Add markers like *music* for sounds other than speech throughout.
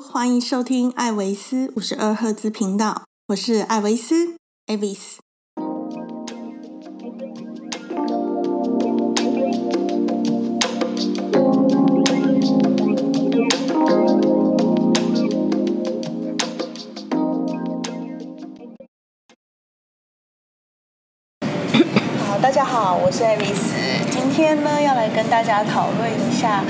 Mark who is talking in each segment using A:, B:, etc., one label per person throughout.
A: 欢迎收听艾维斯五十二赫兹频道，我是艾维斯 （Avis）。
B: 好，大家好，我是艾丽斯。今天呢，要来跟大家讨论一下，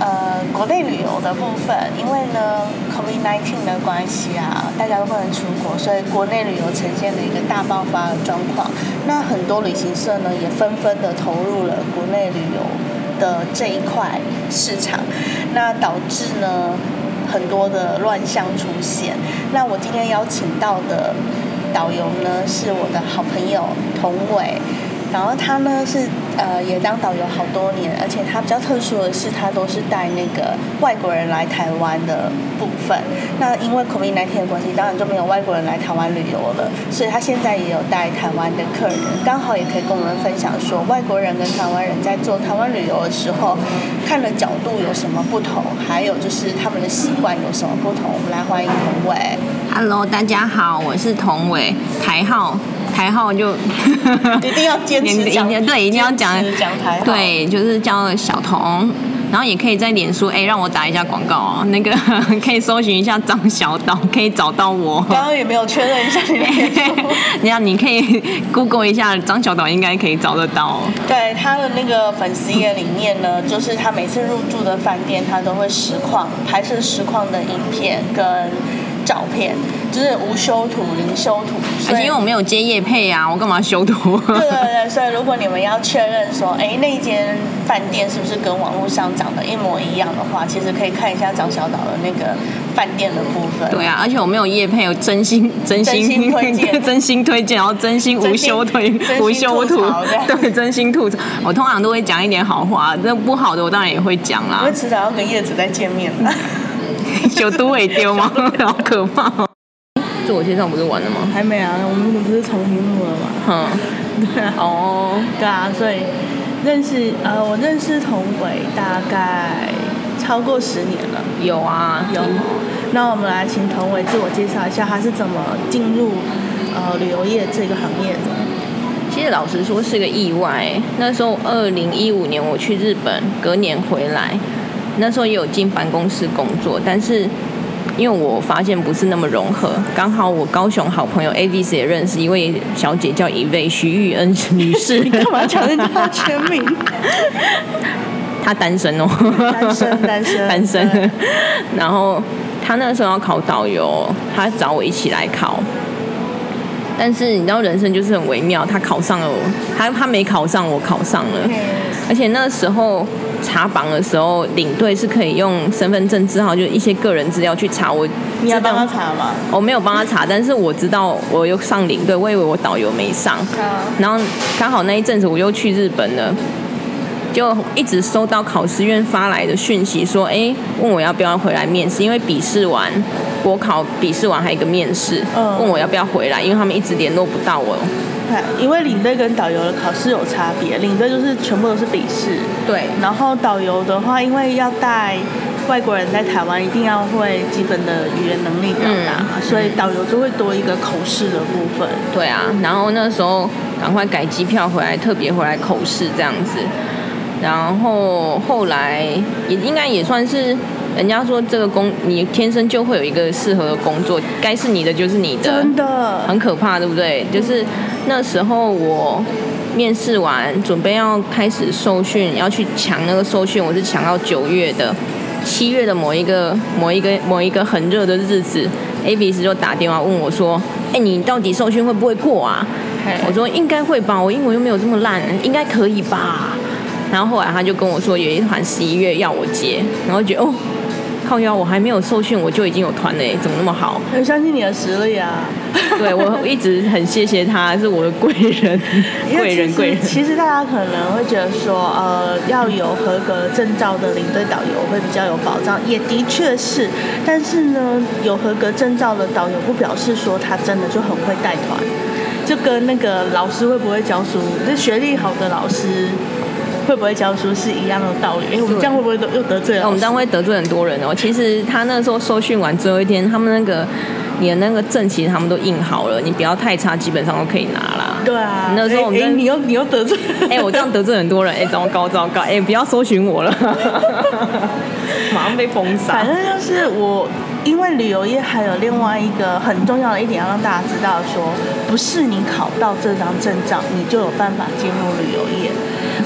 B: 呃，国内旅游的部分。因为呢，COVID-19 的关系啊，大家都不能出国，所以国内旅游呈现了一个大爆发的状况。那很多旅行社呢，也纷纷的投入了国内旅游的这一块市场，那导致呢，很多的乱象出现。那我今天邀请到的导游呢，是我的好朋友童伟。然后他呢是呃也当导游好多年，而且他比较特殊的是，他都是带那个外国人来台湾的部分。那因为 COVID-19 的关系，当然就没有外国人来台湾旅游了，所以他现在也有带台湾的客人，刚好也可以跟我们分享说，外国人跟台湾人在做台湾旅游的时候，看的角度有什么不同，还有就是他们的习惯有什么不同。我们来欢迎彭
C: *laughs*
B: 伟。
C: Hello，大家好，我是童伟，台号台号就
B: *laughs* 一定要坚持讲
C: 一定 *laughs* 对，一定要讲
B: 坚持讲台号
C: 对，就是叫小童。然后也可以在脸书，哎、让我打一下广告哦。那个 *laughs* 可以搜寻一下张小岛，可以找到我。 *laughs*
B: 刚刚也没有确认一下你的脸书。
C: 你看，你可以 Google 一下张小岛，应该可以找得到哦。
B: 对他的那个粉丝页里面呢，就是他每次入住的饭店，他都会实况拍摄实况的影片跟照片，就是无修图、零修图。
C: 而
B: 所
C: 且
B: 以
C: 因为我没有接叶配啊，我干嘛修图？
B: 对对对，所以如果你们要确认说，哎，那间饭店是不是跟网络上长得一模一样的话，其实可以看一下张小岛的那个饭店的部分。
C: 对啊，而且我没有业配，有真心
B: *laughs*
C: 真心
B: 真心推荐
C: 真心推荐，然后真心无修推
B: 真心
C: 无修
B: 真心吐槽这样
C: *laughs* 对，真心吐槽。我通常都会讲一点好话，那不好的我当然也会讲
B: 因
C: 啦
B: 为。迟早要跟叶子再见面了，
C: 有都会丢吗？好可怕、哦！自我介绍不是完了吗？
B: *laughs* 还没啊，我们不是重新录了吗？
C: 嗯，
B: *laughs* 对啊
C: 哦，
B: 对啊，所以认识呃，我认识童伟大概超过十年了，
C: 有啊，
B: 有。那我们来请童伟自我介绍一下，他是怎么进入呃旅游业这个行 *laughs* 业的？
C: 其实老实说是个意外。那时候二零一五年我去日本，隔年回来，那时候也有进办公室工作，但是因为我发现不是那么融合，刚好我高雄好朋友 Avis 也认识一位小姐叫一位徐玉恩女士， *laughs*
B: 干嘛讲人家的全 *laughs* 名？
C: 她单身哦，
B: 单身
C: *laughs*
B: 单身
C: 单
B: 对
C: 身。然后她那时候要考导游，她找我一起来考。但是你知道人生就是很微妙，她考上了我，她她没考上，我考上了。
B: 嗯
C: 而且那时候查榜的时候，领队是可以用身份证字号，就一些个人资料去查。我
B: 你要
C: 知道
B: 帮他查吗？
C: 我没有帮他查，但是我知道我又上领队，我以为我导游没上。然后刚好那一阵子我又去日本了，就一直收到考试院发来的讯息说，哎，问我要不要回来面试，因为笔试完，国考笔试完还有一个面试，
B: 嗯
C: 问我要不要回来，因为他们一直联络不到我。
B: 对因为领队跟导游的考试有差别，领队就是全部都是笔试，
C: 对
B: 然后导游的话，因为要带外国人在台湾，一定要会基本的语言能力表达，
C: 嗯
B: 所以导游就会多一个口试的部分。
C: 对啊，然后那时候赶快改机票回来，特别回来口试这样子。然后后来也应该也算是，人家说这个工你天生就会有一个适合的工作，该是你的就是你的，
B: 真的，
C: 很可怕，对不对？就是那时候我面试完，准备要开始受训，要去抢那个受训，我是抢到九月的，七月的某一个某一个某一个很热的日子，Avis 就打电话问我说：“哎、你到底受训会不会过啊？”我说：“应该会吧，我英文又没有这么烂，应该可以吧。”然后后来他就跟我说有一团十一月要我接，然后觉得哦，靠腰我还没有受训我就已经有团嘞，怎么那么好？
B: 我相信你的实力啊！
C: *laughs* 对我一直很谢谢他，是我的贵人，
B: *laughs* 因为
C: 贵人
B: 其实
C: 贵人。
B: 其实大家可能会觉得说，呃，要有合格证照的领队导游会比较有保障，也的确是。但是呢，有合格证照的导游不表示说他真的就很会带团，就跟那个老师会不会教书，那学历好的老师会不会教书是一样的道理。哎、我们这样会不会得又得罪了？
C: 哦我们这样会得罪很多人哦。其实他那时候收训完最后一天，他们那个连那个证其实他们都印好了，你不要太差，基本上都可以拿啦。
B: *laughs* 对啊，
C: 那时候我们
B: 哎、哎
C: 在
B: 你又你又得罪 *laughs* 了。
C: 哎、我这样得罪很多人，哎、糟糕糟糕，哎、不要搜寻
B: *laughs*
C: 我了，马上被封杀
B: 反。正就是我，因为旅游业还有另外一个很重要的一点要让大家知道说不是你考到这张证照，你就有办法进入旅游业。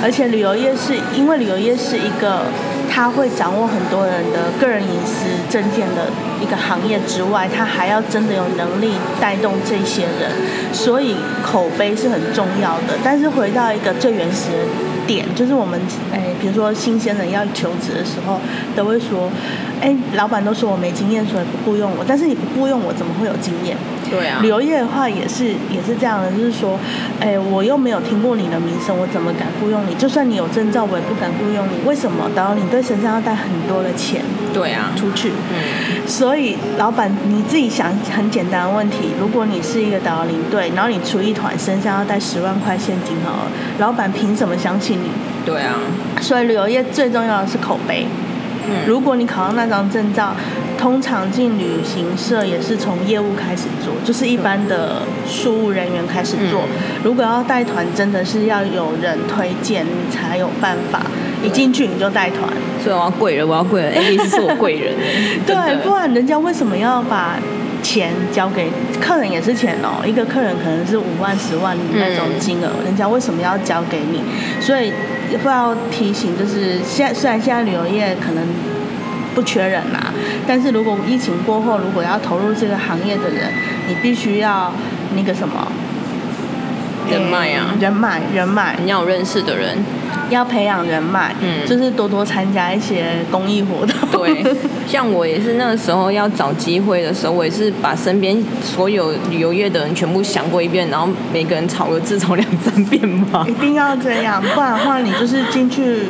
B: 而且旅游业是因为旅游业是一个它会掌握很多人的个人隐私、证件的一个行业之外，它还要真的有能力带动这些人，所以口碑是很重要的。但是回到一个最原始的点，就是我们哎，比如说新鲜人要求职的时候，都会说，哎，老板都说我没经验，所以不雇佣我。但是你不雇佣我，怎么会有经验？
C: 对啊
B: 旅游业的话也是也是这样的，就是说，哎，我又没有听过你的名声，我怎么敢雇佣你？就算你有证照，我也不敢雇佣你。为什么？然后你对身上要带很多的钱
C: 对啊，
B: 出去，
C: 嗯，
B: 所以老板你自己想很简单的问题，如果你是一个导游领队，然后你出一团身上要带十万块现金好了，老板凭什么相信你？
C: 对啊，
B: 所以旅游业最重要的是口碑。
C: 嗯，
B: 如果你考上那张证照，通常进旅行社也是从业务开始做，就是一般的事务人员开始做。如果要带团，真的是要有人推荐，你才有办法。一进去你就带团，
C: 所以我要贵人，我要贵人，哎、欸，是我贵人，哎真
B: *laughs* 对，
C: 的
B: 不然人家为什么要把钱交给你客人也是钱哦、一个客人可能是五万、十万那种
C: 嗯
B: 金额，人家为什么要交给你？所以要提醒，就是现在虽然现在旅游业可能不缺人啦、但是如果疫情过后，如果要投入这个行业的人，你必须要那个什么
C: 人脉啊
B: 诶人脉人脉
C: 你要有认识的人，
B: 要培养人脉，
C: 嗯
B: 就是多多参加一些公益活动，
C: 对，像我也是那个时候要找机会的时候，我也是把身边所有旅游业的人全部想过一遍，然后每个人吵个至少两三遍吧
B: 一。定要这样，不然的话你就是进去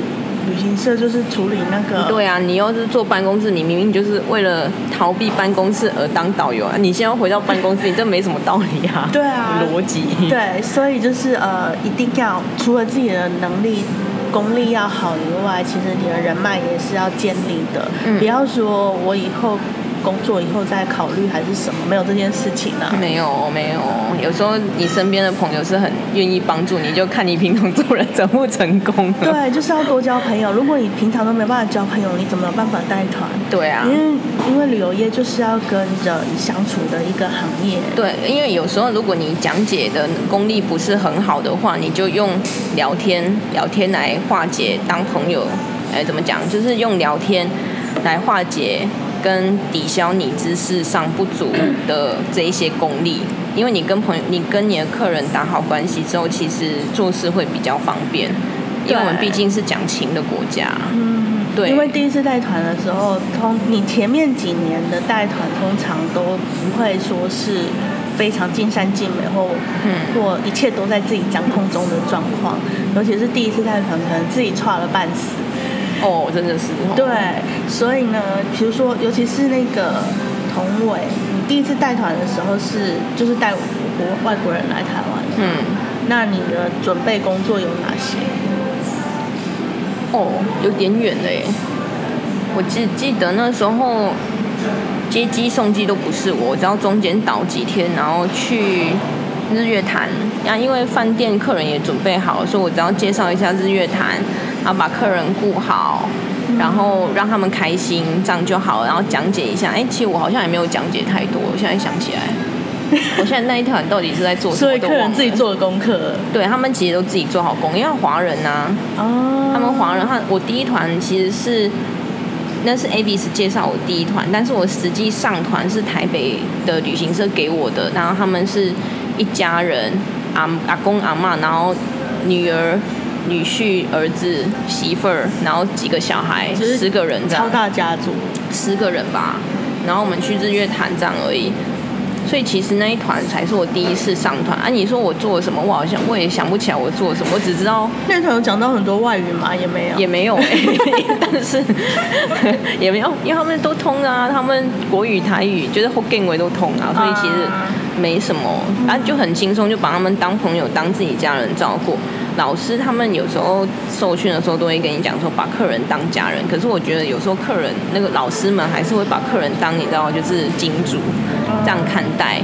B: 旅行社就是处理那个。
C: 对啊，你要是做办公室，你明明就是为了逃避办公室而当导游啊！你现在回到办公室，你这没什么道理啊。
B: *laughs* 对啊
C: 逻辑。
B: 对，所以就是呃，一定要除了自己的能力。功力要好以外，其实你的人脉也是要建立的。
C: 嗯
B: 不要说我以后工作以后再考虑还是什么，没有这件事情啊。
C: 没有没有，有时候你身边的朋友是很愿意帮助你，就看你平常做人成不成功啊了。
B: 对，啊就是要多交朋友。如果你平常都没办法交朋友，你怎么有办法带团？
C: 对啊
B: 因。为因为旅游业就是要跟人相处的一个行业。
C: 对，因为有时候如果你讲解的功力不是很好的话，你就用聊天聊天来化解当朋友，哎，怎么讲？就是用聊天来化解跟抵消你知识上不足的这一些功力。因为你跟朋友，你跟你的客人打好关系之后，其实做事会比较方便。因为我们
B: 对
C: 毕竟是讲情的国家，
B: 嗯，
C: 对
B: 因为第一次带团的时候，通你前面几年的带团通常都不会说是非常尽善尽美或、
C: 嗯
B: 或一切都在自己掌控中的状况，尤其是第一次带团，可能自己差了半死。
C: 哦，真的是，
B: 对，所以呢，比如说，尤其是那个童伟，你第一次带团的时候是就是带国外国人来台湾，
C: 嗯。
B: 那你的准备工作有哪些？
C: 哦，有点远了耶。我记记得那时候接机送机都不是我，我只要中间倒几天，然后去日月潭。啊，因为饭店客人也准备好了，所以我只要介绍一下日月潭，然后把客人顾好，然后让他们开心，这样就好了。然后讲解一下，哎，其实我好像也没有讲解太多，我现在想起来。我现在那一团到底是在做什么？
B: 所以客人自己，做的功课
C: 对他们其实都自己做好功，因为华人啊，
B: 哦，
C: 他们华人，他我第一团其实是那是 Avis 介绍我第一团，但是我实际上团是台北的旅行社给我的，然后他们是一家人，阿阿公阿嬷，然后女儿、女婿、儿子、媳妇儿，然后几个小孩，
B: 就是
C: 十个人这样
B: 超，大家族，
C: 十个人吧。然后我们去日月潭这样而已。所以其实那一团才是我第一次上团。啊，你说我做了什么？我好像我也想不起来我做了什么，我只知道
B: 那团有讲到很多外语吗？也没有，
C: 也没
B: *laughs*
C: 有、欸，但是 *laughs* 也没有，因为他们都通啊，他们国语、台语就是 Hokkien 也都通啊，所以其实
B: 啊
C: 没什么，啊就很轻松，就把他们当朋友、当自己家人照顾。老师他们有时候受训的时候都会跟你讲说把客人当家人，可是我觉得有时候客人那个老师们还是会把客人当你知道就是金主
B: 嗯
C: 这样看待。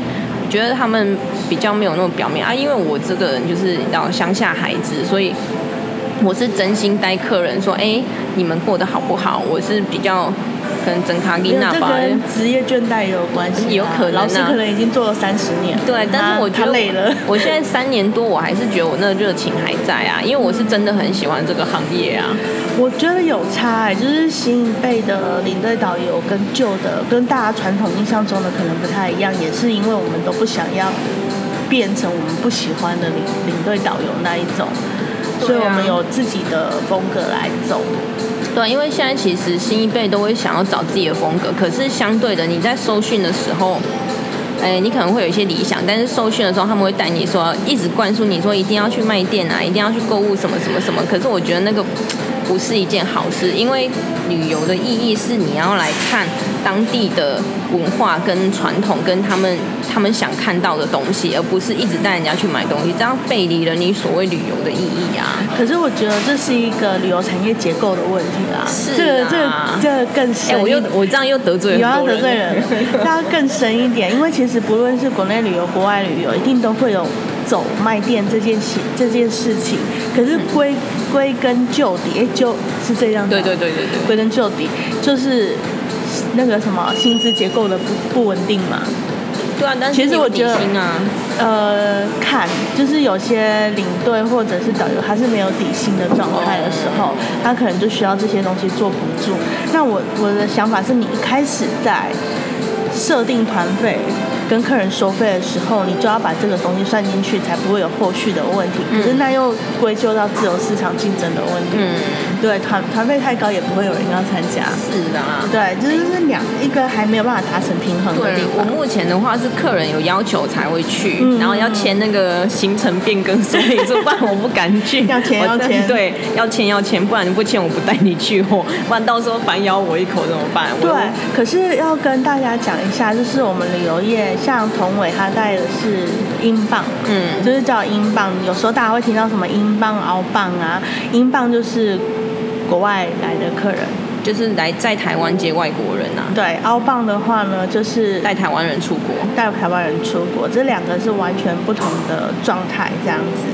C: 我觉得他们比较没有那种表面啊，因为我这个人就是你知道乡下孩子，所以我是真心待客人说，哎、你们过得好不好？我是比较可能整卡丽
B: 因为
C: 娜
B: 这
C: 吧，
B: 跟职业倦怠也有关系啊、
C: 有可能啊
B: 老师可能已经做了三十年了，
C: 对，但
B: 他
C: 是我觉
B: 他
C: 得
B: 啊累了。
C: 我现在三年多，我还是觉得我那个热情还在啊，因为我是真的很喜欢这个行业啊。
B: 我觉得有差、欸，就是新一辈的领队导游跟旧的，跟大家传统印象中的可能不太一样，也是因为我们都不想要变成我们不喜欢的领领队导游那一种，
C: 啊
B: 所以我们有自己的风格来走。
C: 对，啊因为现在其实新一辈都会想要找自己的风格，可是相对的，你在受训的时候，哎，你可能会有一些理想，但是受训的时候他们会带你说，一直灌输你说一定要去卖店啊，一定要去购物什么什么什么。可是我觉得那个不是一件好事，因为旅游的意义是你要来看当地的文化跟传统，跟他们他们想看到的东西，而不是一直带人家去买东西，这样背离了你所谓旅游的意义啊。
B: 可是我觉得这是一个旅游产业结构的问题啦，
C: 是
B: 这个这个
C: 啊
B: 这个更
C: 哎、
B: 深
C: 我
B: 一
C: 又我这样又得罪
B: 有
C: 很
B: 要
C: 多
B: 得
C: 人，
B: 罪
C: *laughs*
B: 人，那要更深一点，因为其实不论是国内旅游、国外旅游，一定都会有走卖店这件事这件事情。可是归归根究底，哎、就是这样子啊。
C: 对对对对对。
B: 归根究底就是那个什么薪资结构的不不稳定嘛。
C: 对啊，但是
B: 其实我觉得
C: 你有底薪啊，
B: 呃，看，就是有些领队或者是导游，他是没有底薪的状态的时候，他可能就需要这些东西做补助。那我我的想法是你一开始在设定团费跟客人收费的时候，你就要把这个东西算进去，才不会有后续的问题。可是那又归咎到自由市场竞争的问题。
C: 嗯，
B: 对，团团费太高也不会有人要参加。
C: 是啊。
B: 对，就是两一个还没有办法达成平衡的
C: 对啊
B: 地
C: 我
B: 方。
C: 目前的话是客人有要求才会去，
B: 嗯
C: 然后要签那个行程变更说明书，不然我不敢去。
B: *laughs* 要签
C: 我
B: 要签
C: *laughs* 对，要签要签，不然你不签我 *laughs* 不带你去哦，不然到时候反咬我一口怎么办？我
B: 对，可是要跟大家讲一下，就是我们旅游业，像童伟他带的是英镑，
C: 嗯
B: 就是叫英镑。有时候大家会听到什么英镑、澳镑啊，英镑就是国外来的客人，
C: 就是来在台湾接外国人啊，
B: 对，澳镑的话呢，就是
C: 带台湾人出国。
B: 带台湾人出国，这两个是完全不同的状态这样子。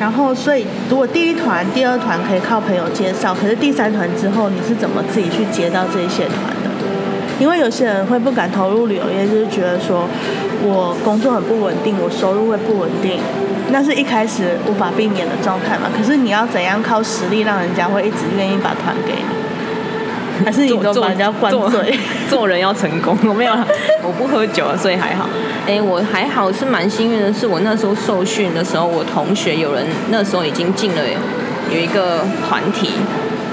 B: 然后，所以如果第一团、第二团可以靠朋友介绍，可是第三团之后，你是怎么自己去接到这些团的？因为有些人会不敢投入旅游业，就是觉得说我工作很不稳定，我收入会不稳定，那是一开始无法避免的状态嘛。可是你要怎样靠实力让人家会一直愿意把团给你？还
C: *laughs*
B: 是你都把人家灌醉？
C: 做做人要成功， *laughs* 我没有啦，我不喝酒啊，所以还好。哎、我还好是蛮幸运的，是我那时候受训的时候，我同学有人那时候已经进了有一个团体，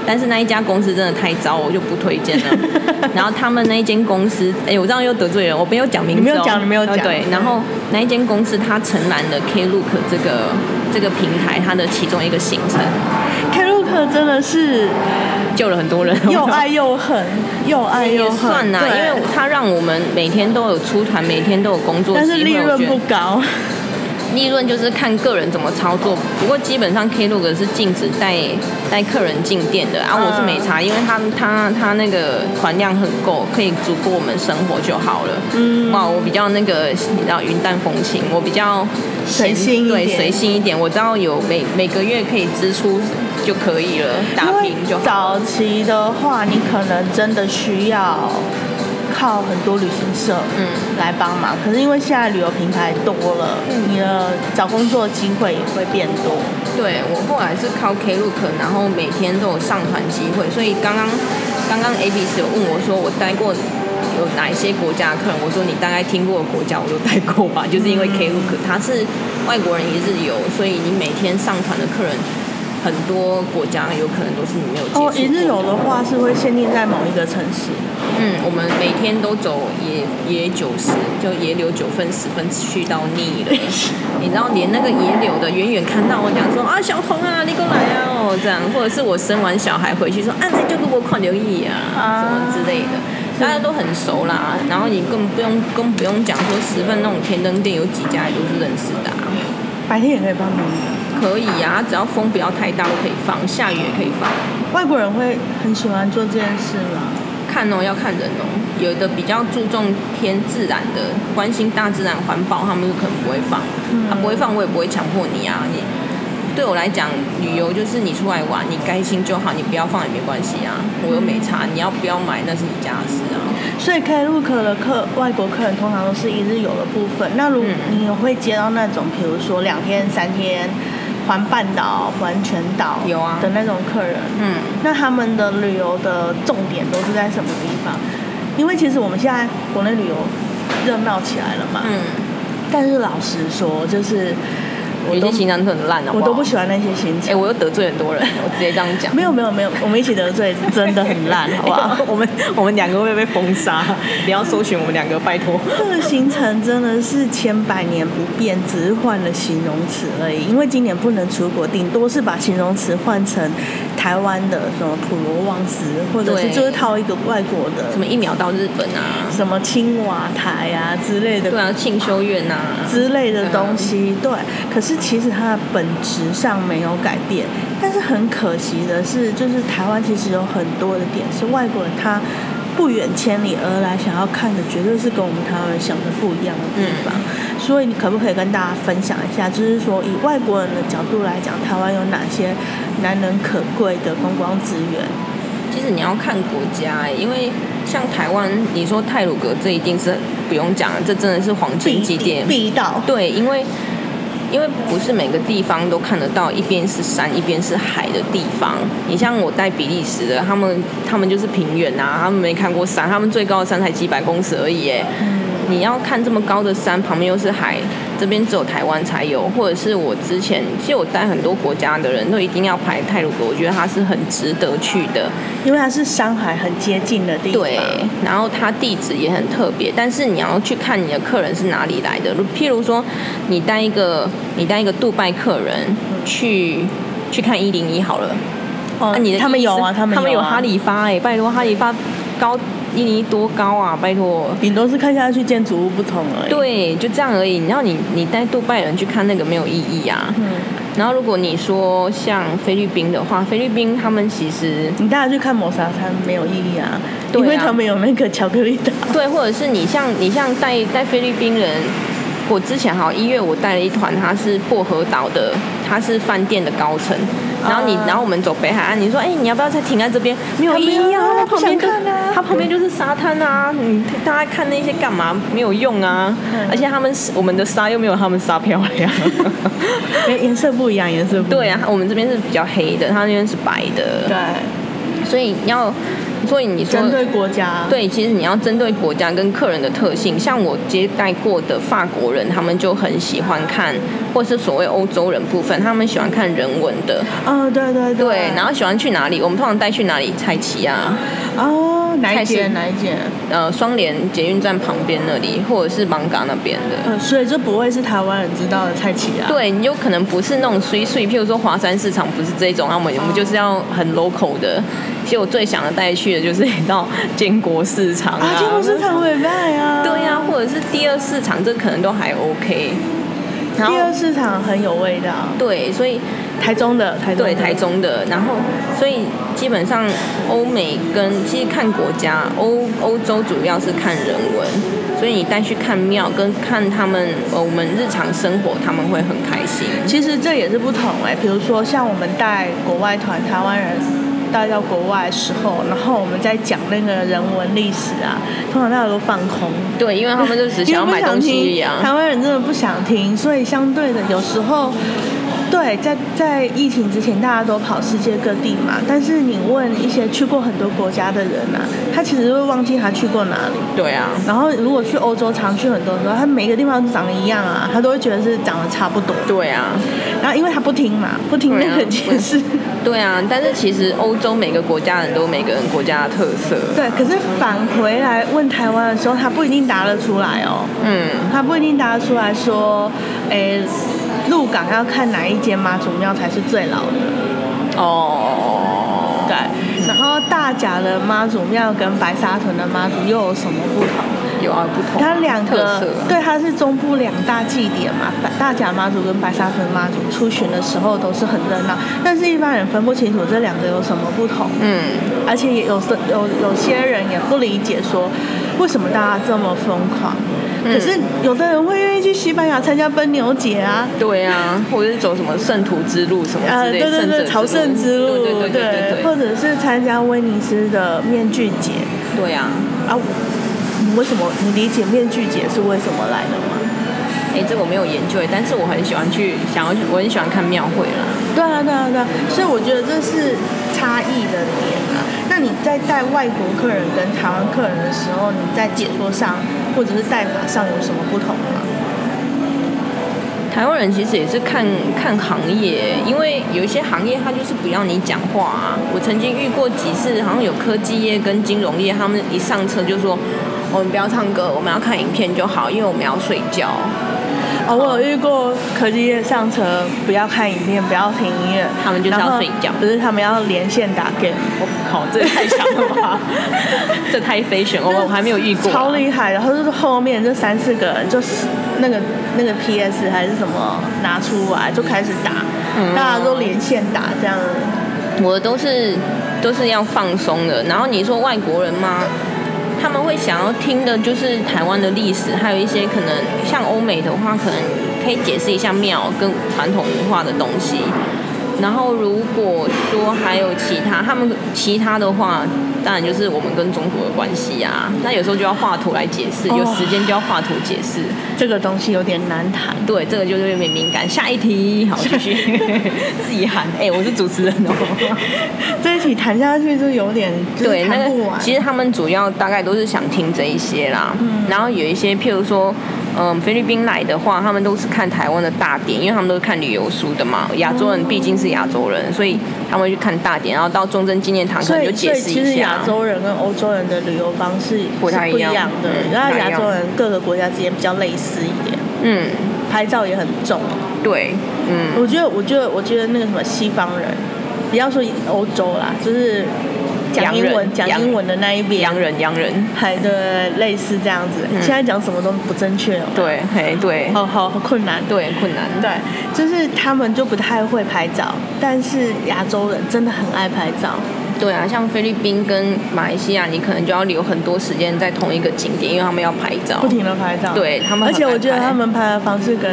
C: 但是那一家公司真的太糟，我就不推荐了。 *laughs* 然后他们那一间公司，哎、我这样又得罪人，我没有讲名字、哦，
B: 你没有讲你没有
C: 呃
B: 讲
C: 对，然后那一间公司它承揽了 Klook 这个这个平台它的其中一个行程，
B: *laughs* 凯鲁克真的是
C: 救了很多 *laughs* 人，
B: 又爱又恨，又爱又
C: 也
B: 恨，
C: 算啦，
B: 对
C: 因为它让我们每天都有出团，每天都有工作机会，
B: 但是利
C: 我
B: 润
C: 觉得
B: 不高，
C: 利润就是看个人怎么操作。不过基本上 Klook 是禁止带带客人进店的啊，
B: 嗯
C: 我是没查，因为他他他那个团量很够，可以足够我们生活就好了。
B: 嗯
C: 哇，我比较那个你知道云淡风轻，我比较
B: 随性一
C: 对
B: 点
C: 随性一点，我知道有每每个月可以支出就可以了，
B: 因
C: 打
B: 为
C: 平就好。
B: 早期的话，你可能真的需要靠很多旅行社
C: 嗯
B: 来帮忙，可是因为现在旅游平台多了，你的找工作机会也会变多。
C: 对我后来是靠 Klook，然后每天都有上团机会，所以刚刚刚刚 Abis 有问我说我待过有哪一些国家的客人，我说你大概听过的国家我都待过吧， *laughs* 就是因为 Klook 它是外国人也是有，所以你每天上团的客人很多国家有可能都是你没有接触
B: 哦
C: 过，
B: 一日游的话是会限定在某一个城市，
C: 嗯，我们每天都走野野九十，就野柳九分十分去到腻了。你知道，连那个野柳的，远远看到我讲说啊，小童啊，你过来啊，哦，这样，或者是我生完小孩回去说，啊，来就给我看留意啊，
B: 啊
C: 什么之类的，大家都很熟啦。然后你更不用更不用讲说十份那种天灯店有几家也都是认识的、啊，
B: 白天也可以帮忙的。
C: 可以啊，只要风不要太大都可以放，下雨也可以放。
B: 外国人会很喜欢做这件事吗？
C: 看哦，要看人哦。有的比较注重偏自然的，关心大自然环保，他们就可能不会放。他、不会放，我也不会强迫你啊。你对我来讲，旅游就是你出来玩，你开心就好，你不要放也没关系啊。我又没差，你要不要买那是你家的事啊。
B: 所以开入客的客外国客人通常都是一日游的部分。那
C: 嗯
B: 如你有会接到那种，比如说两天、三天环半岛、环全岛
C: 有啊
B: 的那种客人，
C: 嗯，
B: 那他们的旅游的重点都是在什么地方？因为其实我们现在国内旅游热闹起来了嘛，
C: 嗯，
B: 但是老实说，就是我
C: 有
B: 都
C: 些行程很烂哦，
B: 我都不喜欢那些行
C: 哎、
B: 程。
C: 我又得罪很 *laughs* 多人，我直接这样讲。
B: 没有没有没有，我们一起得罪，真的很烂，好不
C: *laughs*
B: 好？
C: 我们我们两个会被封杀， *laughs* 你要搜寻我们两个，拜托。
B: 这个行程真的是千百年不变，只是换了形容词而已。因为今年不能出国，顶多是把形容词换成台湾的什么普罗旺斯，或者是
C: 对
B: 就是套一个外国
C: 什
B: 的
C: 么一秒到日本啊？
B: 什么青瓦台啊之类的
C: 对啊，庆修院啊，
B: 之类的东西，
C: 嗯
B: 对。可是其实它的本质上没有改变，但是很可惜的是，就是台湾其实有很多的点是外国人他不远千里而来想要看的，绝对是跟我们台湾人想的不一样的地方。
C: 嗯
B: 所以你可不可以跟大家分享一下，就是说以外国人的角度来讲，台湾有哪些难能可贵的观光资源？
C: 其实你要看国家、欸，因为像台湾，你说泰鲁阁，这一定是不用讲了，这真的是黄金
B: 必
C: 基地。
B: 必到，
C: 对，因为因为不是每个地方都看得到，一边是山，一边是海的地方。你像我带比利时的，他们他们就是平原啊，他们没看过山，他们最高的山才几百公尺而已、欸，
B: 嗯
C: 你要看这么高的山，旁边又是海，这边只有台湾才有，或者是我之前，其实我带很多国家的人都一定要排泰鲁阁，我觉得它是很值得去的。
B: 因为它是山海很接近的地方。
C: 对，然后它地址也很特别，但是你要去看你的客人是哪里来的。如譬如说，你带一个你带一个杜拜客人去去看一零一好了，
B: 哦，
C: 啊，你的
B: 他们
C: 意思
B: 有啊，
C: 是
B: 们
C: 他们
B: 有
C: 有
B: 啊
C: 哈利发哎、拜托哈利发高一零一多高啊，拜托。
B: 顶多是看下去建筑物不同而已。，
C: 对，就这样而已。然后你你带杜拜人去看那个没有意义啊。
B: 嗯，
C: 然后如果你说像菲律宾的话，菲律宾他们其实
B: 你带他去看抹茶餐没有意义啊，
C: 对啊
B: 因为他们有那个巧克力岛。
C: 对，或者是你像你像带带菲律宾人，我之前好一月我带了一团，他是薄荷岛的，他是饭店的高层。然后你，
B: 啊
C: 然后我们走北海岸，你说，哎、你要不要再停在这边？没有
B: 他
C: 意
B: 没有
C: 义啊，
B: 啊
C: 它
B: 不
C: 旁
B: 想
C: 边就
B: 看啊
C: 它旁边就是沙滩啊，你大家看那些干嘛？没有用啊，
B: 嗯
C: 而且他们我们的沙又没有他们沙漂
B: *laughs*
C: 亮。
B: 哎 *laughs* 颜色不一样，颜色不一样。
C: 对啊，我们这边是比较黑的，他那边是白的，
B: 对，
C: 所以你要，所以你说
B: 针对国家。，
C: 对，其实你要针对国家跟客人的特性，像我接待过的法国人，他们就很喜欢看，或是所谓欧洲人部分，他们喜欢看人文的，
B: 哦，对对
C: 对，然后喜欢去哪里？我们通常带去哪里？菜奇啊，
B: 哦，哪一
C: 菜市
B: 间哪一间？
C: 呃，双联捷运站旁边那里，或者是芒港那边的。
B: 呃，所以这不会是台湾人知道的菜奇啊。，
C: 对，你有可能不是那种碎碎，譬如说华山市场不是这种，那我们我们就是要很 local 的。其实我最想要带去的就是到建国市场
B: 啊，建国市场尾卖啊。
C: 对呀、或者是第二市场，这可能都还 OK。然后
B: 第二市场很有味道，
C: 对，所以
B: 台中的，台中
C: 对
B: 的
C: 台中的，然后所以基本上欧美跟其实看国家，欧欧洲主要是看人文，所以你带去看庙跟看他们呃我们日常生活，他们会很开心。
B: 其实这也是不同哎、比如说像我们带国外团，台湾人带到国外的时候，然后我们在讲那个人文历史啊，通常大家都放空，
C: 对，因为他们就只
B: 因
C: 想
B: 为
C: 要
B: 不
C: 买
B: 想
C: 东西一
B: 听
C: 样。，
B: 台湾人真的不想听，所以相对的有时候。对，在在疫情之前，大家都跑世界各地嘛。但是你问一些去过很多国家的人啊，他其实会忘记他去过哪里。
C: 对啊，
B: 然后如果去欧洲常去很多的时候，他每个地方都长得一样啊，他都会觉得是长得差不多。
C: 对啊。
B: 然后因为他不听嘛，不听那个解释，
C: 对啊，但是其实欧洲每个国家人都有每个人国家的特色，
B: 对。可是返回来问台湾的时候，他不一定答得出来哦，
C: 嗯，
B: 他不一定答得出来说，诶，鹿港要看哪一间妈祖庙才是最老的，
C: 哦，
B: 对。然后大甲的妈祖庙跟白沙屯的妈祖又有什么不同？
C: 有啊，不同，
B: 它两
C: 特
B: 个
C: 色啊、
B: 对，它是中部两大祭典嘛，白大甲妈祖跟白沙屯妈祖出巡的时候都是很热闹，但是一般人分不清楚这两个有什么不同，
C: 嗯，
B: 而且也有时有有些人也不理解说为什么大家这么疯狂，可是有的人会愿意去西班牙参加奔牛节啊，
C: 对啊，或者是走什么圣徒之路什么
B: 呃，
C: 之
B: 对
C: 类，
B: 对
C: 圣者
B: 对，朝圣之路，
C: 对对对对对
B: 或
C: 对，
B: 者是参加威尼斯的面具节
C: 对啊，
B: 啊，我你为什么你理解面具节是为什么来的吗？
C: 哎，这个我没有研究，但是我很喜欢去，想要去，我很喜欢看庙会啦。
B: 对啊，对啊，对啊，所以我觉得这是差异的点啊。那你在带外国客人跟台湾客人的时候，你在解说上或者是带法上有什么不同吗？
C: 台湾人其实也是看看行业，因为有一些行业他就是不要你讲话啊。我曾经遇过几次，好像有科技业跟金融业，他们一上车就说。我们不要唱歌，我们要看影片就好，因为我们要睡觉。
B: 哦，我有遇过科技业上车，不要看影片，不要听音乐，
C: 他们就是要
B: 然后
C: 睡觉
B: 不是他们要连线打 game。
C: 我靠，这也太强了吧！
B: *laughs*
C: 这太 fashion，我我还没有遇过啊。
B: 超厉害。然后就是后面这三四个人，就是那个那个 PS 还是什么拿出来就开始打，
C: 嗯
B: 大家都连线打这样。
C: 我都是都是要放松的。然后你说外国人吗？他们会想要听的就是台湾的历史，还有一些可能像欧美的话，可能可以解释一下庙跟传统文化的东西。然后如果说还有其他，他们其他的话，当然就是我们跟中国的关系啊。那有时候就要画图来解释，
B: 哦
C: 有时间就要画图解释。
B: 这个东西有点难谈。
C: 对，这个就是有点敏感。下一题，好，继续自己喊。哎、我是主持人哦。
B: 这一题谈下去就有点就是
C: 对，那
B: 谈不
C: 个
B: 完。
C: 其实他们主要大概都是想听这一些啦。嗯，然后有一些，譬如说，嗯，菲律宾来的话，他们都是看台湾的大典，因为他们都是看旅游书的
B: 哦
C: 嘛。亚洲人毕竟是亚洲人，所以他们会去看大典，然后到忠贞纪念堂可
B: 所
C: 能
B: 以
C: 就，
B: 所
C: 解
B: 以
C: 释
B: 其
C: 一
B: 实
C: 下
B: 亚。洲人跟欧洲人的旅游方式是
C: 不太
B: 一
C: 一样
B: 样的
C: 嗯，
B: 然后
C: 不太
B: 亚
C: 一样
B: 洲人各个国家之间比较类似一点，
C: 嗯，
B: 拍照也很重。
C: 对，嗯，
B: 我觉得，我觉得，我觉得那个什么西方人，不要说欧洲啦，就是讲
C: 洋
B: 英
C: 人
B: 文、讲
C: 洋
B: 英文的那一边，
C: 洋人，洋人，
B: 还对类似这样子。
C: 嗯
B: 现在讲什么都不正确哦，
C: 对，嘿，对，
B: 好好好困难。
C: 对，困难，
B: 哦对，就是他们就不太会拍照，但是亚洲人真的很爱拍照。
C: 对啊，像菲律宾跟马来西亚，你可能就要留很多时间在同一个景点，因为他们要拍照
B: 不。停的拍照，
C: 对他们
B: 而
C: 很
B: 且我
C: 爱
B: 觉得
C: 拍
B: 他们拍的方式跟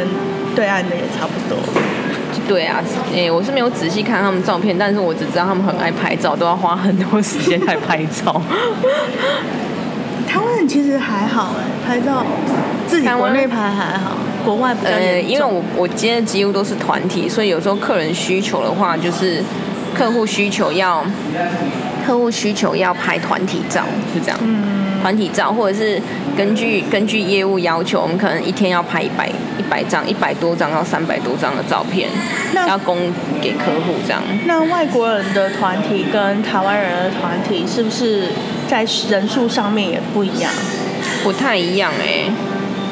B: 对岸的也差不多。
C: 对啊，诶、我是没有仔细看他们照片，但是我只知道他们很爱拍照，都要花很多时间在拍照。
B: 台湾人其实还好哎，拍照自己
C: 台湾
B: 国内拍还好，国外比较
C: 呃，
B: 严重
C: 因为我我接的几乎都是团体，所以有时候客人需求的话，就是客户需求要客户需求要拍团体照，就这样。团体照，或者是根据根据业务要求，我们可能一天要拍一百一百张、一百多张到三百多张的照片，
B: 那
C: 要供给客户这样。
B: 那外国人的团体跟台湾人的团体是不是在人数上面也不一样？
C: 嗯不太一样哎、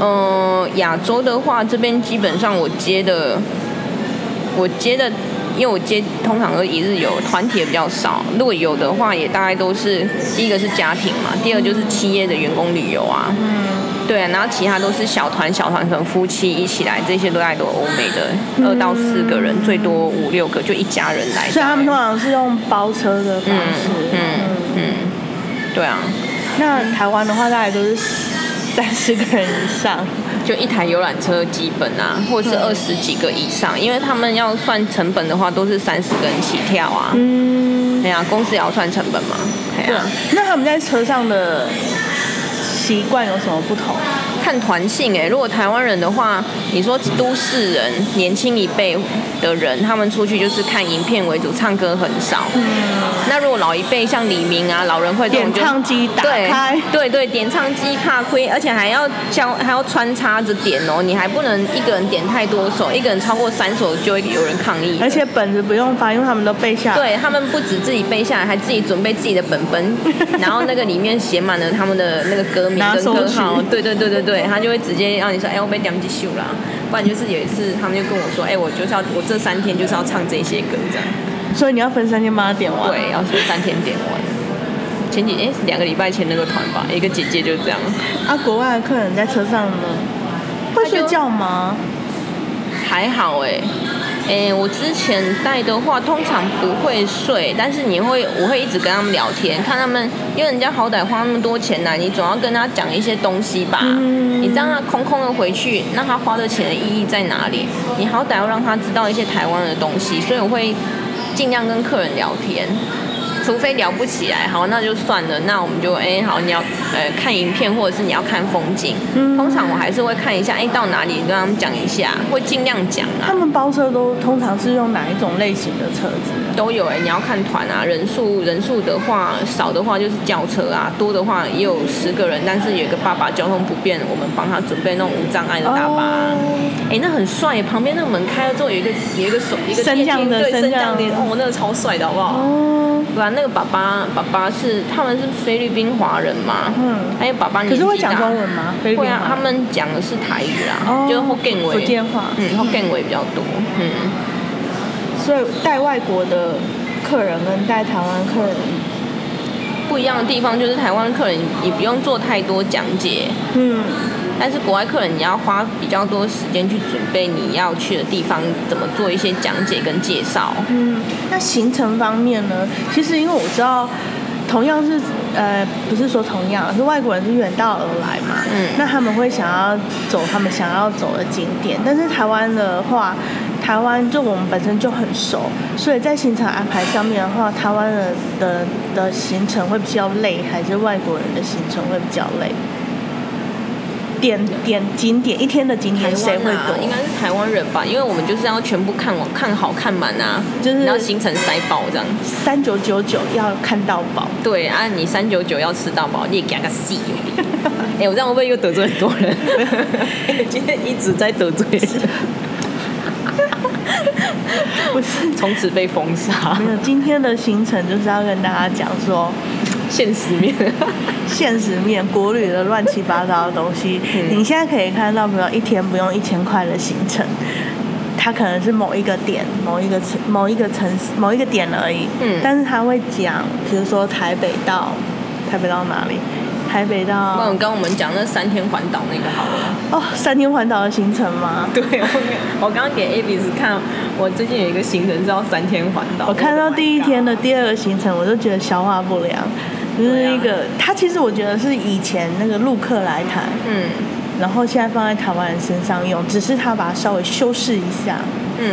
C: 嗯，亚洲的话，这边基本上我接的，我接的，因为我接通常都一日游，团体也比较少。如果有的话，也大概都是第一个是家庭嘛，第二就是企业的员工旅游啊。嗯。对，然后其他都是小团，小团可能夫妻一起来，这些都在都欧美的，二到四个人，最多五六个，就一家人来。
B: 嗯所以他们通常是用包车的方
C: 嗯
B: 式。
C: 嗯嗯，对啊，
B: 那台湾的话，大概都是三十个人以上。
C: 就一台游览车基本啊，或者是二十几个以上，因为他们要算成本的话，都是三十个人起跳啊。
B: 嗯，
C: 哎呀、公司也要算成本嘛。哎
B: 对啊
C: 呀、。
B: 那他们在车上的习惯有什么不同？
C: 看团性哎、如果台湾人的话，你说都市人年轻一辈的人，他们出去就是看影片为主，唱歌很少。
B: 嗯
C: 那如果老一辈像李明啊、老人会这种
B: 点
C: 就
B: 唱机打
C: 对
B: 开。
C: 对对，点唱机怕亏，而且还要教还要穿插着点哦，你还不能一个人点太多首，一个人超过三首就会有人抗议。
B: 而且本子不用翻，因为他们都背下来。
C: 对他们不止自己背下来，还自己准备自己的本
B: *laughs*
C: 本，然后那个里面写满了他们的那个歌名
B: 拿
C: 跟
B: 手
C: 歌
B: 曲
C: 号。对对对对对，他就会直接让你说，哎、我被点几秀啦。不然就是有一次他们就跟我说，哎、我就是要我这三天就是要唱这些歌这样。
B: 所以你要分三天把它点完。
C: 对，要是三天点完。前几哎两个礼拜前那个团吧，一个姐姐就这样，
B: 啊，国外的客人在车上呢，会
C: 他就
B: 睡觉吗？
C: 还好哎、哎、我之前带的话，通常不会睡，但是你会，我会一直跟他们聊天，看他们，因为人家好歹花那么多钱来，你总要跟他讲一些东西吧。
B: 嗯
C: 你让他空空的回去，那他花的钱的意义在哪里？你好歹要让他知道一些台湾的东西，所以我会尽量跟客人聊天。除非聊不起来，好，那就算了。那我们就哎、好，你要呃看影片，或者是你要看风景。
B: 嗯
C: 通常我还是会看一下，哎、到哪里跟他们讲一下，会尽量讲啊
B: 他。们包车都通常是用哪一种类型的车子？
C: 都有哎、你要看团啊，人数人数的话，少的话就是轿车啊，多的话也有十个人，但是有一个爸爸交通不便，我们帮他准备那种无障碍的大巴。
B: 哦
C: 哎、那很帅，旁边那个门开了之后有一个有一个手一个
B: 升降的
C: 电梯对
B: 升
C: 升
B: 降
C: 降电梯，哦，那个超帅的好不好？
B: 哦，
C: 对啊，那个爸爸爸爸是他们是菲律宾华人嘛，
B: 嗯
C: 还有爸爸年
B: 可
C: 纪
B: 是
C: 大
B: 会讲中文吗？菲律
C: 会
B: 宾
C: 啊，
B: 话
C: 他们讲的是台语啊，
B: 哦
C: 就是 Hokkien
B: 福
C: 维，
B: 建话
C: 嗯，Hokkien 维比较多，嗯。
B: 所以带外国的客人跟带台湾客人，
C: 不一样的地方就是台湾客人你不用做太多讲解，
B: 嗯，
C: 但是国外客人你要花比较多时间去准备你要去的地方怎么做一些讲解跟介绍。
B: 嗯，那行程方面呢？其实因为我知道，同样是呃，不是说同样，是外国人是远道而来嘛，
C: 嗯
B: 那他们会想要走他们想要走的景点，但是台湾的话，台湾就我们本身就很熟，所以在行程安排上面的话，台湾人的的行程会比较累，还是外国人的行程会比较累？点点景点一天的景
C: 台
B: 点谁会
C: 湾
B: 多
C: 啊，？应该是台湾人吧，因为我们就是要全部看完、看好、看满啊，
B: 就是
C: 然后行程塞爆这样。
B: 三九九九要看到饱。
C: 对啊，你三九九要吃到饱，你也给他个戏。 *laughs* 哎、我这样会不会又得罪很多人？ *laughs* 今天一直在得罪 *laughs* 人，
B: 不是，
C: 从此被封杀，
B: 没有。今天的行程就是要跟大家讲说，
C: 现实 *laughs* 面。
B: 现实面国旅的乱七八糟的东西，
C: 嗯
B: 你现在可以看到，比如一天不用一千块的行程，它可能是某一个点、某一个城、某一个城市、某一个点而已。
C: 嗯
B: 但是他会讲，比如说台北到台北到哪里，台北
C: 不然
B: 到
C: 你跟我们讲那三天环岛那个好了。
B: 哦三天环岛的行程吗？
C: *laughs* 对，我我刚刚给 Avis 看，我最近有一个行程是要三天环岛。
B: 我看到
C: Oh my
B: 第一
C: God
B: 天的第二个行程，我就觉得消化不良，就是一个
C: 啊
B: 他其实我觉得是以前那个陆客来谈，
C: 嗯
B: 然后现在放在台湾人身上用，只是他把它稍微修饰一下，
C: 嗯，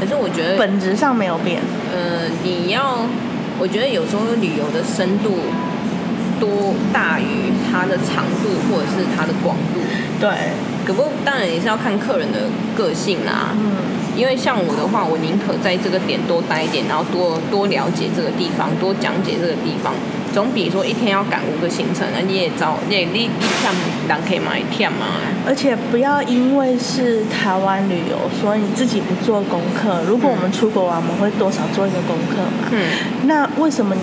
C: 可是我觉得，
B: 本质上没有变。
C: 呃，你要，我觉得有时候旅游的深度多大于它的长度或者是它的广度，
B: 对，
C: 可不，当然也是要看客人的个性啦、
B: 嗯，
C: 因为像我的话，我宁可在这个点多待一点，然后多多了解这个地方，多讲解这个地方，总比说一天要赶五个行程，那你也早，你也你你欠人可以买欠嘛。
B: 而且不要因为是台湾旅游，所以你自己不做功课。如果我们出国玩，我们会多少做一个功课嘛？
C: 嗯，
B: 那为什么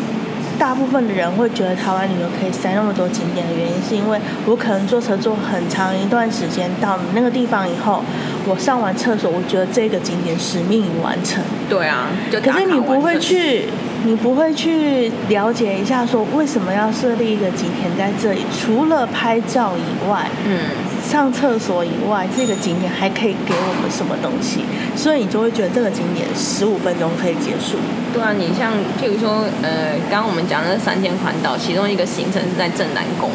B: 大部分的人会觉得台湾旅游可以塞那么多景点的原因，是因为我可能坐车坐很长一段时间到那个地方以后，我上完厕所，我觉得这个景点使命已完成。
C: 对啊，就
B: 可
C: 打卡
B: 是
C: 完
B: 你不会
C: 成
B: 去，你不会去了解一下说为什么要设立一个景点在这里？除了拍照以外，
C: 嗯，
B: 上厕所以外，这个景点还可以给我们什么东西？所以你就会觉得这个景点十五分钟可以结束。
C: 对啊，你像譬如说，呃，刚刚我们讲的那三天环岛，其中一个行程是在正南宫，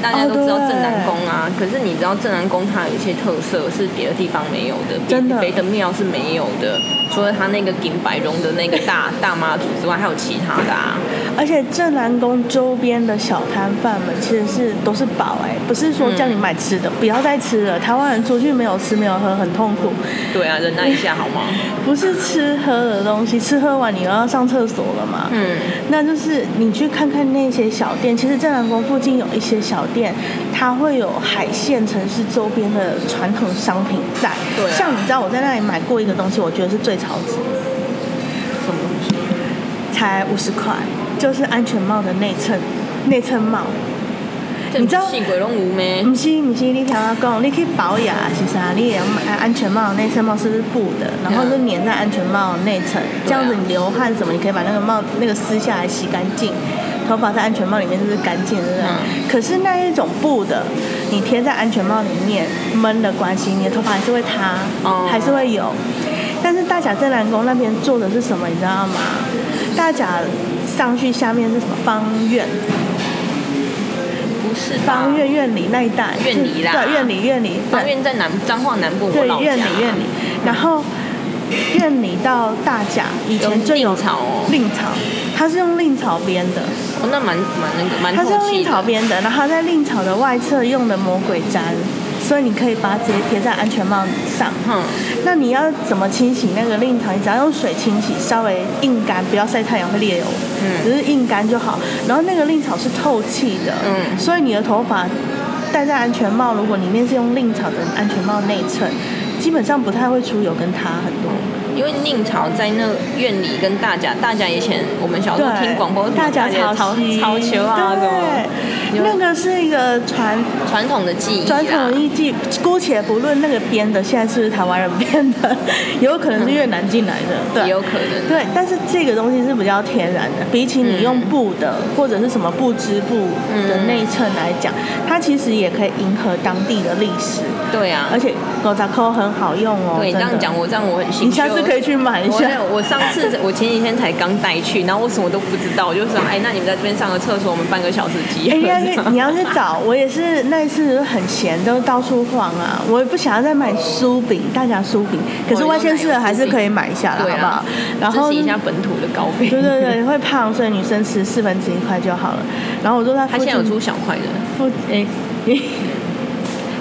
C: 大家
B: 哦
C: 都知道正南
B: 对
C: 宫啊，可是你知道正南宫它有一些特色是别的地方没有的，别
B: 真的
C: 别的庙是没有的，除了它那个顶白绒的那个大大妈祖之外，还有其他的啊。
B: 而且正南宫周边的小摊贩们其实是都是宝哎、不是说叫你买吃的，不要再吃了。台湾人出去没有吃没有喝很痛苦，
C: 对啊，忍耐一下好
B: *laughs*
C: 吗？
B: 不是吃喝的东西，吃喝完你又要上厕所了嘛。
C: 嗯，
B: 那就是你去看看那些小店，其实正南宫附近有一些小店，它会有海鲜城市周边的传统商品在。
C: 对啊
B: 像你知道我在那里买过一个东西，我觉得是最超值，
C: 什么东西？
B: 才五十块，就是安全帽的内衬，内衬帽。
C: 这
B: 你知道嗯
C: 不是鬼拢有咩？
B: 不是不是，你听我讲，你可以保养啊是啥？你也要买安全帽内衬帽是不是布的？然后就粘在安全帽内层，这样子你流汗什么，你可以把那个帽那个撕下来洗干净。头发在安全帽里面就是干净，对不对？
C: 嗯
B: 可是那一种布的，你贴在安全帽里面闷的关系，你的头发还是会塌，
C: 哦
B: 还是会有。但是大甲镇澜宫那边做的是什么，你知道吗？大甲上去下面是什么方院？
C: 不是吧
B: 方院院里那一带，
C: 院里啦
B: 对，院里院里，对
C: 方院在南彰化南部，我
B: 对
C: 老家。
B: 院里院里，然后院里到大甲以前最有
C: 用令草哦
B: 令草，它是用令草编的，
C: 哦，那蛮蛮那个蛮
B: 它是
C: 透
B: 用
C: 气
B: 令草
C: 的。
B: 编的，然后在令草的外侧用的魔鬼毡，所以你可以把它直接贴在安全帽上。
C: 哼，
B: *laughs* 那你要怎么清洗那个令草？你只要用水清洗，稍微硬干，不要晒太阳会裂油，
C: 嗯
B: 只是硬干就好。然后那个令草是透气的，
C: 嗯
B: 所以你的头发戴在安全帽，如果里面是用令草的安全帽内衬，基本上不太会出油跟塌很多。
C: 因为宁朝在那院里跟大家，大家以前我们小时候
B: 对，
C: 听广播，
B: 大甲
C: 潮
B: 潮汐
C: 潮球啊什么，
B: 对，
C: 有
B: 那个是一个传
C: 传统的啊技艺啦。
B: 传统艺伎，姑且不论那个编的现在是不是台湾人编的， *laughs* 也有可能是越南进来的，对，
C: 也有可能。
B: 对，但是这个东西是比较天然的，比起你用布的、或者是什么布织布的内衬来讲，它其实也可以迎合当地的历史，
C: 对啊
B: 而，且狗杂扣很好用哦。
C: 对，这
B: 哎真的
C: 样讲，我这样我很心
B: 你
C: 虚。
B: 下次可以去买一
C: 我
B: 下。
C: 我上次我前几天才刚带去，然后我什么都不知道，我就想，哎，那你们在这边上个厕所，我们半个小时集
B: *laughs*
C: 合。
B: 哎，你要去，你要去找。我也是那一次很闲，都到处晃啊。我也不想要再买酥饼，大家酥饼，可是
C: 哦
B: 外县市的还是
C: 有奶油酥饼
B: 可以买一下啦，
C: 对
B: 好
C: 啊
B: 不好？然后
C: 支持一下本土的糕饼。
B: 对对对，会胖，所以女生吃四分之一块就好了。然后我就在
C: 他
B: 附
C: 现
B: 近
C: 在有出小块的，
B: 附诶、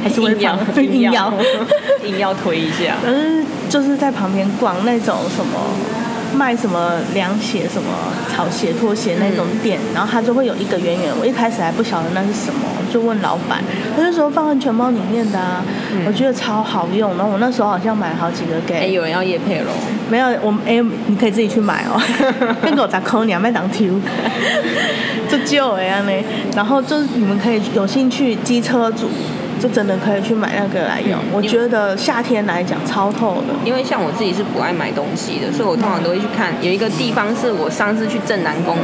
B: 还是会
C: *laughs* 硬要
B: 胖，硬要。
C: 硬要推一下。
B: *laughs* 可是就是在旁边逛那种什么卖什么凉鞋、什么草鞋、拖鞋那种店，然后它就会有一个圆圆。我一开始还不晓得那是什么，就问老板，他就说放安全包里面的啊，我觉得超好用。然后我那时候好像买了好几个
C: 哎，
B: 给，
C: 有人要夜配喽，
B: 没有我哎、你可以自己去买
C: *laughs*
B: 哦，跟狗杂扣你啊，卖当 Q。就旧哎呀呢，然后就是你们可以有兴趣机车组，就真的可以去买那个来用。
C: 嗯
B: 我觉得夏天来讲超透的，
C: 因为像我自己是不爱买东西的，所以我通常都会去看。有一个地方是我上次去正南宫，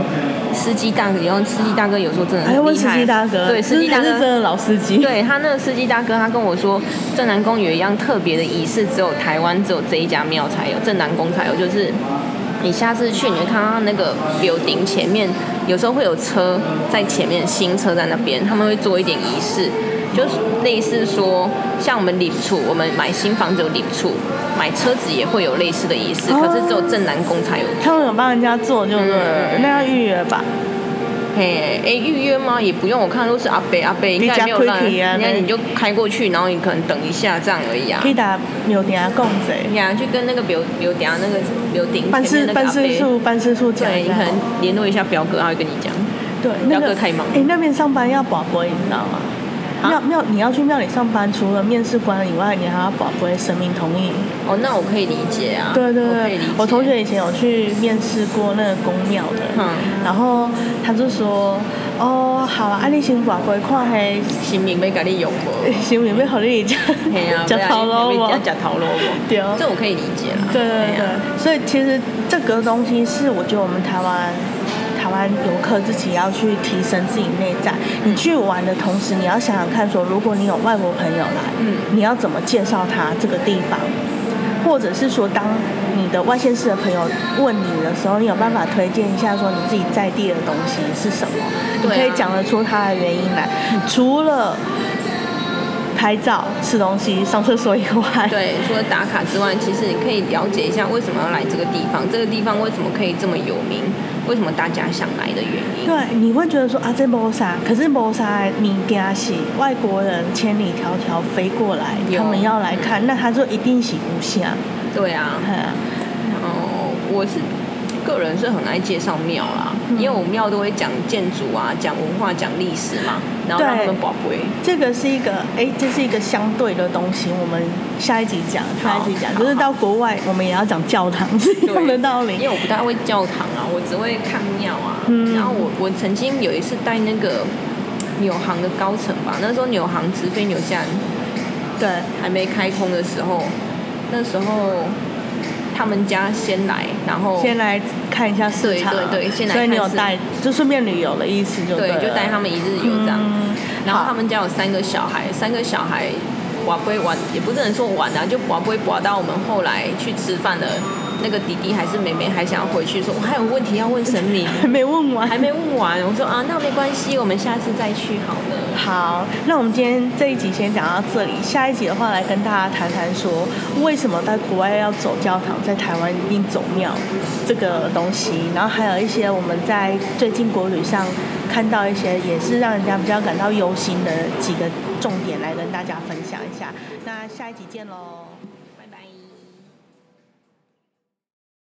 C: 司机大哥，然后司机大哥有时候真的
B: 还
C: 很厉
B: 要
C: 害。
B: 问哎司机大哥，
C: 对，司机大
B: 这
C: 哥
B: 才是真的老司机。
C: 对他那个司机大哥，他跟我说，正南宫有一样特别的仪式，只有台湾只有这一家庙才有，正南宫才有，就是。你下次去，你会看到那个 building 前面，有时候会有车在前面，新车在那边，他们会做一点仪式，就是类似说，像我们礼处，我们买新房子有礼处，买车子也会有类似的仪式，可是只有正南宫才有。
B: 他们有帮人家做，就对了，
C: 嗯
B: 那要预约吧。
C: 嘿，哎，预约吗？也不用，我看都是阿北阿北，应该没有让，
B: 比较 quick 啊
C: 人家
B: 对
C: 你就开过去，然后你可能等一下这样而已啊。
B: 可以打有点啊共谁？
C: 你啊，去跟那个刘刘嗲那个刘鼎
B: 办
C: 前面
B: 事
C: 那个
B: 办
C: 阿伯
B: 事处办事处讲
C: 对，
B: 一
C: 你
B: 下
C: 可。能联络一下表哥，他会跟你讲。
B: 对，
C: 表
B: 那
C: 哥
B: 个
C: 太忙
B: 哎、那边上班要保播，你知道吗？
C: 啊
B: 庙庙，你要去庙里上班，除了面试官以外，你还要保播神明同意。
C: 哦，那我可以理解啊。
B: 对对
C: 我可以
B: 对
C: 理解，
B: 我同学以前有去面试过那个公庙的，
C: 嗯
B: 然后他就说，哦，好啊，啊你先把过看嘿， *laughs*
C: 新明被咖喱用 *laughs* 过，
B: 行不行？要互你吃
C: 嘿
B: *laughs*
C: 啊，
B: 吃头路无？
C: 加假头喽我，
B: 对啊
C: 这我可以理解啦。
B: 对对
C: 嘿啊
B: 对，所以其实这个东西是我觉得我们台湾台湾游客自己要去提升自己内在。你去玩的同时，你要想想看说，如果你有外国朋友来，
C: 嗯
B: 你要怎么介绍他这个地方？或者是说，当你的外县市的朋友问你的时候，你有办法推荐一下说你自己在地的东西是什么？你
C: 对啊
B: 可以讲得出它的原因来，除了拍照、吃东西、上厕所以外，
C: 对，除了打卡之外，其实你可以了解一下为什么要来这个地方，这个地方为什么可以这么有名，为什么大家想来的原因。
B: 对，你会觉得说啊，这谋杀，可是谋杀你家是外国人千里迢迢飞过来，
C: 有
B: 他们要来看，那他就一定喜不下。
C: 对啊，
B: 嘿啊
C: 哦，我是个人是很爱介绍庙啦，
B: 嗯
C: 因为我庙都会讲建筑啊、讲文化、讲历史嘛，然后让他
B: 对
C: 们宝贝。
B: 这个是一个，哎，这是一个相对的东西，我们下一集讲，下一集讲，
C: 好
B: 就是到国外我们也要讲教堂是一样的道
C: 因
B: 理。
C: 为我不太
B: 嗯
C: 会教堂啊，我只会看庙啊。然后我我曾经有一次带那个纽航的高层吧，那时候纽航直飞纽西兰
B: 对，
C: 还没开通的时候，那时候他们家先来，然后
B: 先来看一下市场，
C: 哦对对对先来
B: 所以你有
C: 看市
B: 带，就顺便旅游的意思就
C: 对，
B: 了
C: 就带他们一日游这样。
B: 嗯
C: 然后
B: 好
C: 他们家有三个小孩，三个小孩玩不会玩，也不能说玩啊，就玩不会玩到我们后来去吃饭的那个弟弟还是妹妹还想要回去说，我还有问题要问神明，
B: 还没问完，
C: 还没问完。我说啊，那没关系，我们下次再去好了。
B: 好，那我们今天这一集先讲到这里，下一集的话来跟大家谈谈说，为什么在国外要走教堂，在台湾一定走庙这个东西，然后还有一些我们在最近国旅上看到一些也是让人家比较感到忧心的几个重点来跟大家分享一下。那下一集见喽。